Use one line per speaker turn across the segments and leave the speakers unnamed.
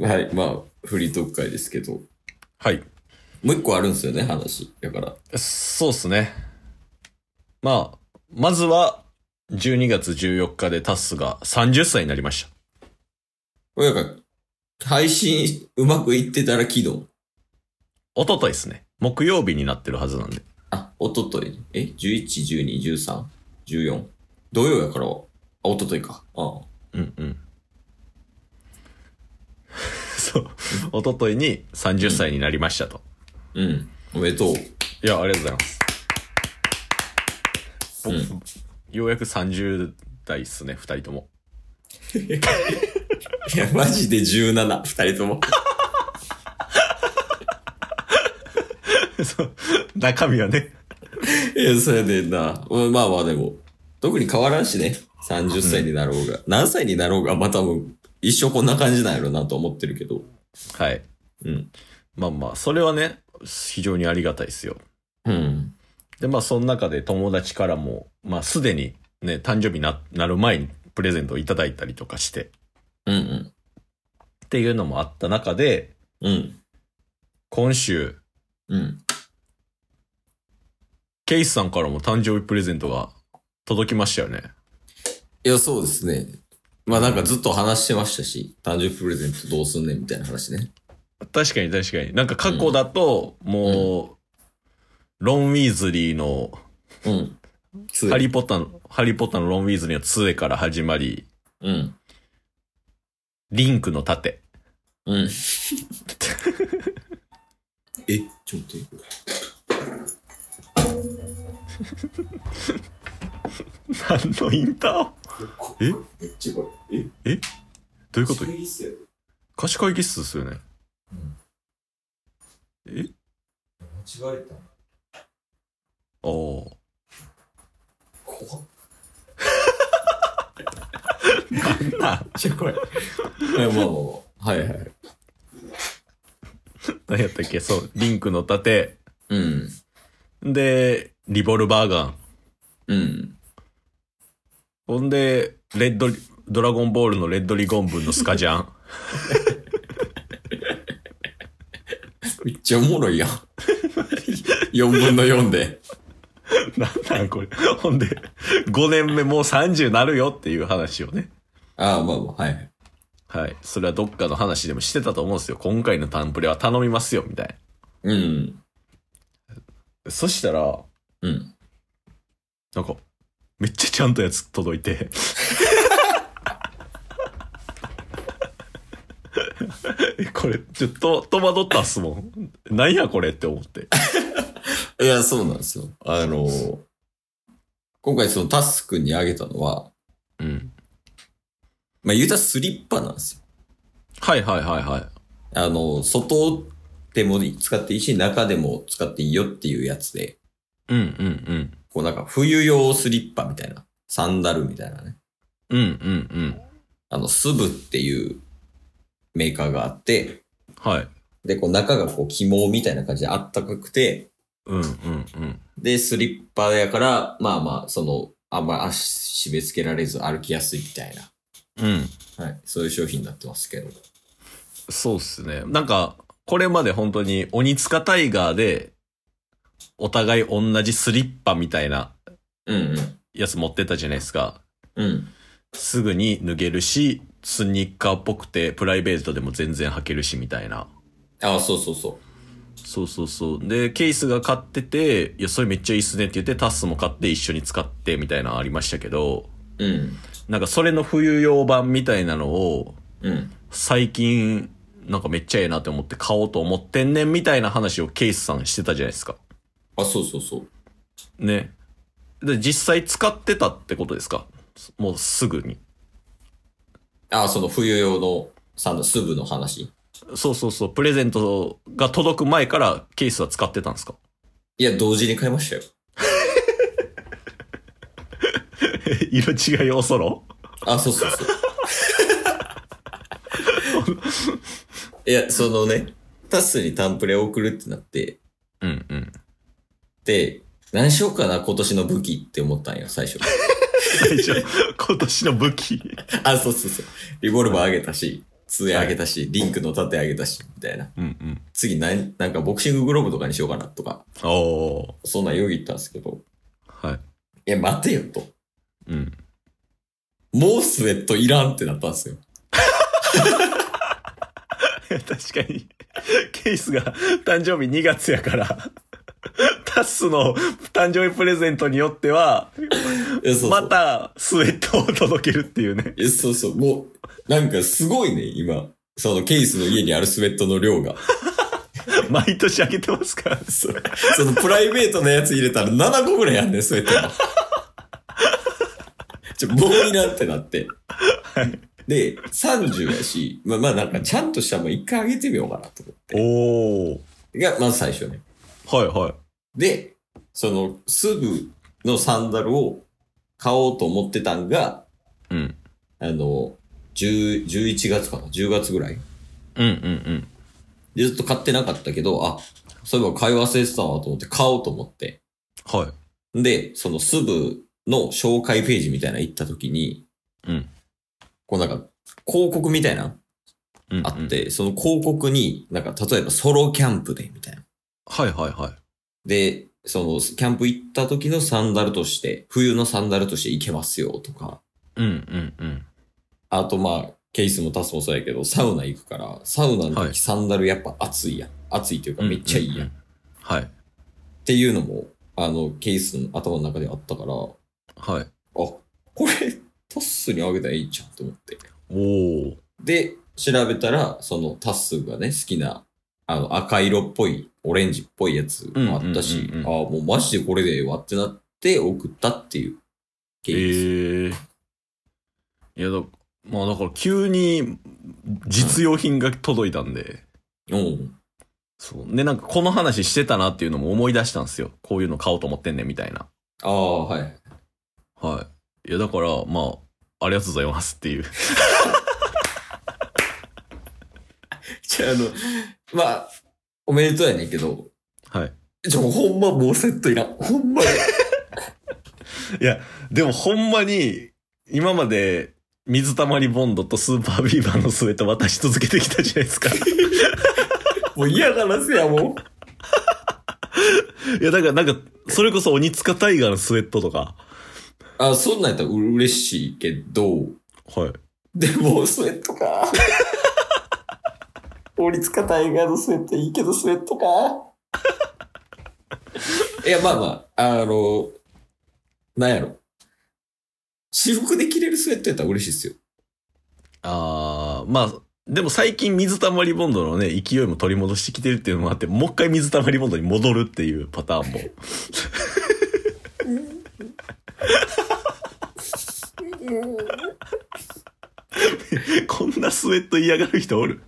はい、まあ、フリートーク会ですけど、
はい。
もう一個あるんですよね、話。だから。
そうっすね。まあ、まずは、12月14日でタッスが30歳になりました。
これなんか、配信うまくいってたら昨日。
一昨日ですね。木曜日になってるはずなんで。
あ、おととい。え ?11、12、13、14。土曜やから、あ、おとといか。あ
うんうん。そう。一昨日に30歳になりましたと。
うん。おめでとう。
いや、ありがとうございます。僕、
うん
ようやく30代っすね、二人とも。
いや、マジで17、二人とも。
そう中身はね。
いや、そうやねんな。まあまあまあでも、特に変わらんしね。30歳になろうが。何歳になろうが、まあ多分、一生こんな感じなんやろうなと思ってるけど。
はい。
うん。
まあまあ、それはね、非常にありがたいですよ。
うん。
で、まあ、その中で友達からも、まあ、すでにね、誕生日な、なる前にプレゼントをいただいたりとかして、
うんうん。
っていうのもあった中で、
うん。
今週、
うん。
ケイスさんからも誕生日プレゼントが届きましたよね。
いや、そうですね。まあなんかずっと話してましたし、誕生日プレゼントどうすんねんみたいな話ね。
確かに確かに。なんか過去だと、もう、ロン・ウィーズリーの、
うん。つ
ハリーポッターの、ハリーポッターのロン・ウィーズリーの杖から始まり、
うん。
リンクの盾。
うん。 え、ちょっと待って。
何のインターホンえ
めっちゃこれ。え、
どういうこと
いっすよ。
貸し会議室ですよね。え
間違えた。
ああ。
怖っ。
な、
ちゃこれ。え、まあまあまあ。はいはい。
何やったっけそう、リンクの盾。
うん。
で、リボルバーガン。
うん。
ほんで、レッドリ、ドラゴンボールのレッドリゴン分のスカジャン。
めっちゃおもろいやん。4分の4で。
なんなんこれ。ほんで、5年目もう30なるよっていう話をね。
ああ、まあまあ、はい。
はい。それはどっかの話でもしてたと思うんですよ。今回のタンプレは頼みますよ、みたい
うん。
な。そしたら、
うん。
なんか、めっちゃちゃんとやつ届いて。えこれ、ちょっと戸惑ったっすもん。なんやこれって思って。
いや、そうなんですよ。あのー今回そのタスクにあげたのは、
うん。
まあ言うたらスリッパなんですよ。
はいはいはいはい。
あのー外でも使っていいし、中でも使っていいよっていうやつで、
うんうん
こうなんか冬用スリッパみたいな、サンダルみたいなね。
うん。うんうんうん。
あの、スブっていうメーカーがあって、
はい。
で、こう中がこう肝みたいな感じであったかくて、
うんうんうん。
で、スリッパやから、まあまあ、その、あんま足締め付けられず歩きやすいみたい
うん。
な、はい、そういう商品になってますけど。
そうっすね。なんか、これまで本当に鬼塚タイガーで、お互い同じスリッパみたいな
うん
やつ持ってたじゃないですか。
うん。うん。
すぐに脱げるし、スニッカーっぽくて、プライベートでも全然履けるし、みたいな。
ああ、そうそうそ
そうそうそう。で、ケイスが買ってて、いや、それめっちゃいいっすねって言って、タッスも買って一緒に使って、みたいなのありましたけど、
う。うん。
なんかそれの冬用版みたいなのを、
うん。
最近、なんかめっちゃええなって思って買おうと思ってんねんみたいな話をケイスさんしてたじゃないですか。
あ、そうそうそう。
ね。で、実際使ってたってことですかもうすぐに。
ああ、その冬用のサンダル、スブの話。
そうそうそう、プレゼントが届く前からケースは使ってたんですか
いや、同時に買いましたよ。
色違い恐ろ
あ、そうそう そう。いや、そのね、タスにタンプレを送るってなって、
うんうん。
で、何しようかな、今年の武器って思ったんよ、最初。
最初、今年の武器。
あ、そうそうそう。リボルバーあげたし、杖あげたし、リンクの盾あげたし、みたいな。
うんうん。
次何、なんかボクシンググローブとかにしようかなとか、
おー。
そんなんよぎったんですけど、
は
い
い。
や、待てよと。
うん。
もうスウェットいらんってなったんですよ。
確かに、ケースが誕生日2月やから、タッスの誕生日プレゼントによっては、
えそうそう
またスウェットを届けるっていうね。
え、そうそう、もう、なんかすごいね、今。そのケイスの家にあるスウェットの量が。
毎年あげてますから、 それ。
そのプライベートなやつ入れたら7個ぐらいあんねん、スウェットが。ちょ、棒になってなって。で、30やし、まあまあなんかちゃんとしたもん一回あげてみようかなと思って。
おー。
が、まず最初ね。
はいはい。
で、その、すぐのサンダルを買おうと思ってたんが、
うん。
あの、10 11月かな ?10 月ぐらい
うんうん
でずっと買ってなかったけど、あ、そういえば買い忘れてたわと思って買おうと思って。
うん。はい。
で、そのスブの紹介ページみたいなの行った時に、
うん。
こうなんか広告みたいな
うん、
あっ。て、その広告になんか例えばソロキャンプでみたいな。
はいはいはい。
で、そのキャンプ行った時のサンダルとして、冬のサンダルとして行けますよとか、
うんうんうん。
あとまあ、ケースもタスもそうやけど、サウナ行くから、サウナの
はい
時サンダルやっぱ暑いやん。暑いというかめっちゃいいやん。
うんうんうん。はい。
っていうのも、あの、ケースの頭の中であったから、
はい。
あ、これ、タッスにあげたらいいじゃんと思って。
おー。
で、調べたら、そのタッスがね、好きな、あの、赤色っぽい、オレンジっぽいやつもあったし、
うんうんうんう
あ
ん
もうマジでこれでええわってなって送ったっていうケース。
ええいやだ、まあだから急に実用品が届いたんで、
うん。
そう。で、なんかこの話してたなっていうのも思い出したんですよ。こういうの買おうと思ってんねんみたいな。
ああ、はい。
はい。いやだから、まあ、ありがとうございますっていう。
じゃあ、あの、まあ、おめでとうやねんけど、
はい。
じゃほんまもうセットいらん。ほんまに。
いや、でもほんまに、今まで、水溜りボンドとスーパービーバーのスウェット渡し続けてきたじゃないですか。 い
もう嫌がらせやもん。
や、だからなんか、それこそ鬼塚タイガーのスウェットとか。
あ、そんなんやったらう嬉しいけど、
はい。
でも、スウェット か。法律家タイガーのスウェットいいけど、スウェットか。いや、まあまあ、あの、なんやろ。私服で着れるスウェットやったら嬉しいっすよ。
あー、まあ、でも最近水溜りボンドのね、勢いも取り戻してきてるっていうのもあって、もう一回水溜りボンドに戻るっていうパターンも。 こんなスウェット嫌がる人おる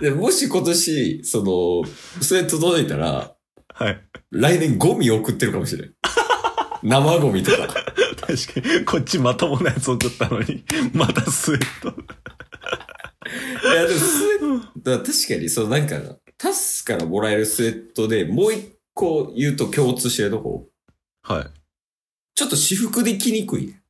でもし今年、その、スウェット届いたら、
はい。
来年ゴミ送ってるかもしれん。生ゴミとか。
確かに、こっちまともなやつ送ったのに、またスウェット。
いや、でもスウェット、だから確かに、そのなんか、タスからもらえるスウェットでもう一個言うと共通してるとこ、
はい。
ちょっと私服で着にくいね。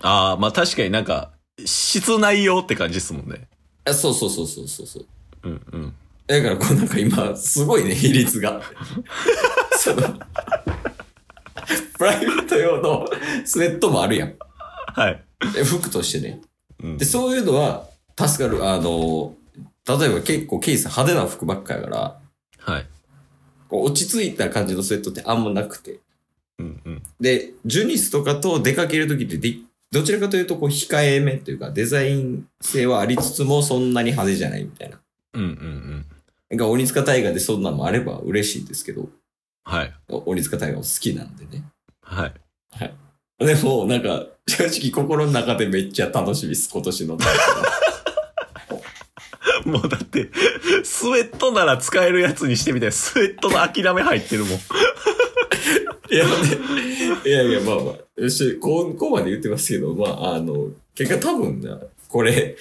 ああ、まあ確かになんか、室内用って感じですもんね。
あそうそうそうそうそうそう。
うんうん。
だから、こうなんか今、すごいね、比率が。その、プライベート用のスウェットもあるやん。
はい。
え服としてね。
うん
で、そういうのは、助かる。あの、例えば結構ケース派手な服ばっかやから、
はい。
こう落ち着いた感じのスウェットってあんまなくて。
うんうん。
で、ジュニスとかと出かけるときってで、どちらかというと、こう、控えめというか、デザイン性はありつつも、そんなに派手じゃないみたいな。
うんうんうん。
なんか、鬼塚大河でそんなのもあれば嬉しいですけど、
はい。
お鬼塚大河も好きなんでね。
はい。
でも、なんか、正直心の中でめっちゃ楽しみです、今年の。
もうだって、スウェットなら使えるやつにしてみたいな。スウェットの諦め入ってるもん。
いや、ね、いやいや、まあまあ、よし、ここまで言ってますけど、まあ、あの、結果多分な、これ、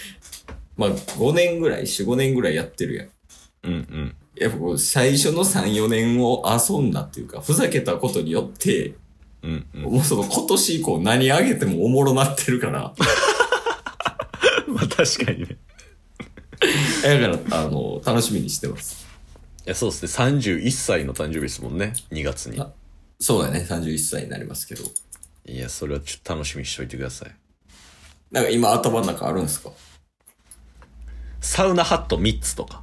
まあ、5年ぐらい、4、5年ぐらいやってるやん。
うんうん。
やっぱこう最初の3、4年を遊んだっていうか、ふざけたことによって、
うん う
もうその今年以降何あげてもおもろなってるから、
ん。まあ確かにね。
だから、あの、楽しみにしてます。
や、そうですね。31歳の誕生日ですもんね。2月に
あ。そうだね、31歳になりますけど。
いや、それはちょっと楽しみにしておいてください。
なんか今頭の中あるんですか
サウナハット3つとか。